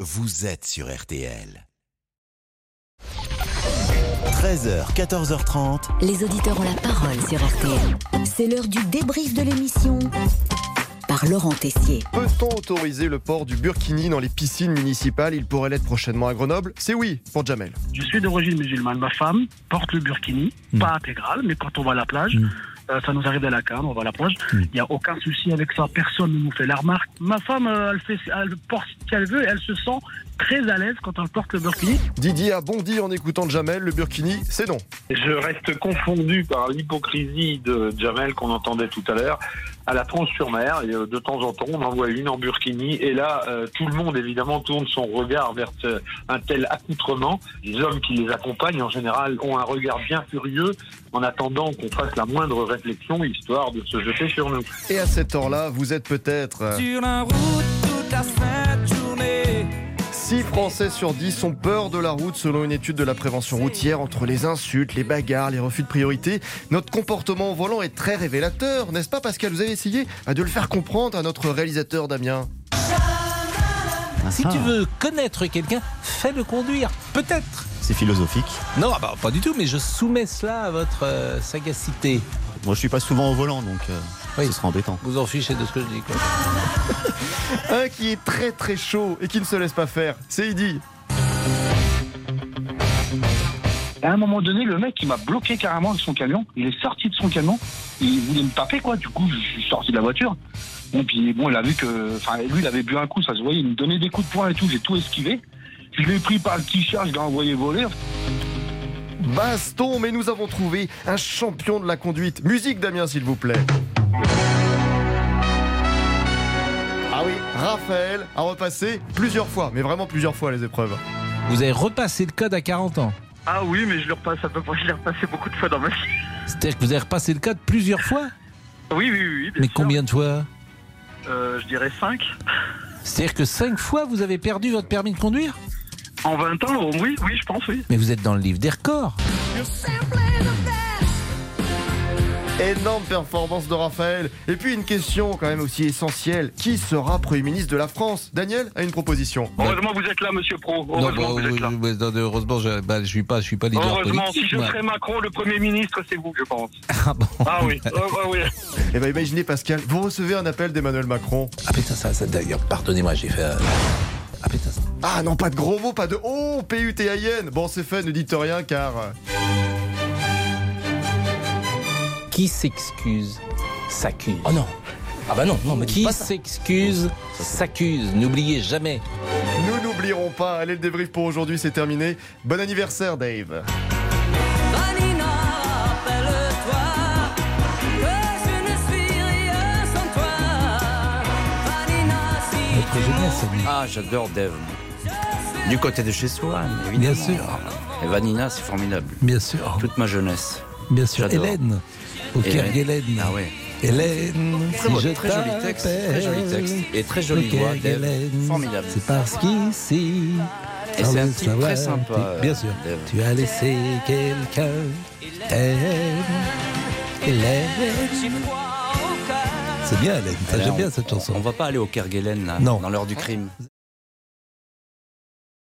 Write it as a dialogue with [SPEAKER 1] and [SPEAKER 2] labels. [SPEAKER 1] vous êtes sur RTL. 13h, 14h30.
[SPEAKER 2] Les auditeurs ont la parole sur RTL. C'est l'heure du débrief de l'émission par Laurent Tessier.
[SPEAKER 3] Peut-on autoriser le port du burkini dans les piscines municipales Il pourrait l'être prochainement à Grenoble. C'est oui pour Jamel.
[SPEAKER 4] Je suis d'origine musulmane. Ma femme porte le burkini,
[SPEAKER 5] Hmm.
[SPEAKER 4] pas intégral, mais quand on va à la plage. euh, ça nous arrive à la canne, on va à la plage.
[SPEAKER 5] Hmm.
[SPEAKER 4] Il n'y a aucun souci avec ça. Personne ne nous fait la remarque. Ma femme, euh, elle, fait, elle porte ce qu'elle veut. Elle se sent très à l'aise quand elle porte le burkini.
[SPEAKER 3] Didier a bondi en écoutant Jamel. Le burkini, c'est non.
[SPEAKER 6] Je reste confondu par l'hypocrisie de Jamel qu'on entendait tout à l'heure à la Transe-sur-Mer. Et euh, de temps en temps, on envoie une en Burkini. Et là, euh, tout le monde, évidemment, tourne son regard vers ce- un tel accoutrement. Les hommes qui les accompagnent, en général, ont un regard bien furieux en attendant qu'on fasse la moindre réflexion, histoire de se jeter sur nous.
[SPEAKER 3] Et à cette heure-là, vous êtes peut-être. euh,
[SPEAKER 7] Sur la route toute la sainte journée.
[SPEAKER 3] 6 Français sur 10 ont peur de la route selon une étude de la prévention routière entre les insultes, les bagarres, les refus de priorité. Notre comportement au volant est très révélateur, n'est-ce pas Pascal Vous avez essayé ah, de le faire comprendre à notre réalisateur Damien.
[SPEAKER 8] Ah,
[SPEAKER 5] Si tu veux connaître quelqu'un, fais-le conduire. Peut-être.
[SPEAKER 8] C'est philosophique.
[SPEAKER 5] Non, ah bah, pas du tout, mais je soumets cela à votre euh, sagacité.
[SPEAKER 8] Moi, je suis pas souvent au volant, donc euh,
[SPEAKER 5] Oui.
[SPEAKER 8] ce sera embêtant.
[SPEAKER 5] Vous en fichez de ce que je dis. Quoi.
[SPEAKER 3] Un qui est très très chaud et qui ne se laisse pas faire, c'est Eddy.
[SPEAKER 4] À un moment donné, le mec, il m'a bloqué carrément de son camion. Il est sorti de son camion. Il voulait me taper, quoi. Du coup, je suis sorti de la voiture. Et puis, bon, il a vu que. Enfin, lui, il avait bu un coup, ça se voyait. Il me donnait des coups de poing et tout. J'ai tout esquivé. Je l'ai pris par le t-shirt, je l'ai envoyé voler.
[SPEAKER 3] Baston, mais nous avons trouvé un champion de la conduite. Musique Damien, s'il vous plaît. Ah oui, Raphaël a repassé plusieurs fois, mais vraiment plusieurs fois les épreuves.
[SPEAKER 5] Vous avez repassé le code à 40 ans.
[SPEAKER 4] Ah oui, mais je le repasse à peu près. Je l'ai repassé beaucoup de fois dans ma vie.
[SPEAKER 5] C'est-à-dire que vous avez repassé le code plusieurs fois
[SPEAKER 4] Oui, oui, oui. Euh,
[SPEAKER 5] Mais combien de fois
[SPEAKER 4] Je dirais 5.
[SPEAKER 5] C'est-à-dire que 5 fois, vous avez perdu votre permis de conduire
[SPEAKER 4] En 20 ans, oui, oui, je pense, oui.
[SPEAKER 5] Mais vous êtes dans le livre des records.
[SPEAKER 3] Énorme performance de Raphaël. Et puis une question quand même aussi essentielle. Qui sera Premier ministre de la France Daniel a une proposition.
[SPEAKER 6] Heureusement, vous êtes là, monsieur Pro. Heureusement,
[SPEAKER 5] bah,
[SPEAKER 6] vous êtes là.
[SPEAKER 5] heureusement, je, ne suis pas, je suis pas
[SPEAKER 6] Heureusement, si je serais Macron, le Premier ministre, c'est vous, je pense. Ah oui, ah, ah oui.
[SPEAKER 3] Eh ben imaginez Pascal, vous recevez un appel d'Emmanuel Macron.
[SPEAKER 5] Ah putain, ça, ça d'ailleurs, pardonnez-moi, j'ai fait. euh, Ah putain, ça.
[SPEAKER 3] Ah non, pas de gros mots, pas de oh PUTAIN. Bon c'est fait, ne dites rien car euh,
[SPEAKER 5] Qui s'excuse s'accuse. Oh non Ah bah non, non, mais qui s'excuse s'accuse. N'oubliez jamais.
[SPEAKER 3] nous n'oublierons pas. Allez le débrief pour aujourd'hui, c'est terminé. Bon anniversaire Dave.
[SPEAKER 7] Vanina, rappelle-toi que je ne suis rien sans toi. Vanina, si tu m'oublies,
[SPEAKER 9] Ah, j'adore Dev.
[SPEAKER 7] je
[SPEAKER 9] Du côté de chez soi, évidemment.
[SPEAKER 5] Bien sûr.
[SPEAKER 9] Et Vanina, c'est formidable.
[SPEAKER 5] Bien sûr,
[SPEAKER 9] Toute ma jeunesse.
[SPEAKER 5] bien sûr.
[SPEAKER 9] J'adore.
[SPEAKER 5] Hélène. Au cœur d'Hélène.
[SPEAKER 9] Ah ouais.
[SPEAKER 5] Hélène,
[SPEAKER 9] Très, beau, très joli texte. Très joli texte. Et très jolie
[SPEAKER 5] Ok,
[SPEAKER 9] voix, Dev.
[SPEAKER 5] Hélène.
[SPEAKER 9] Formidable.
[SPEAKER 5] C'est parce qu'ici.
[SPEAKER 9] Et
[SPEAKER 5] sans
[SPEAKER 9] c'est un
[SPEAKER 5] le
[SPEAKER 9] titre
[SPEAKER 5] savoir,
[SPEAKER 9] très sympa,
[SPEAKER 5] tu-
[SPEAKER 9] euh,
[SPEAKER 5] Bien sûr.
[SPEAKER 9] Dev.
[SPEAKER 5] Tu as laissé quelqu'un. Hélène. Hélène.
[SPEAKER 7] crois au cœur.
[SPEAKER 5] C'est bien, Hélène. Ça,
[SPEAKER 9] Là,
[SPEAKER 5] J'aime
[SPEAKER 9] on-
[SPEAKER 5] bien cette chanson.
[SPEAKER 9] On va pas aller au Kerguelen, là,
[SPEAKER 5] Non.
[SPEAKER 9] dans l'heure du crime.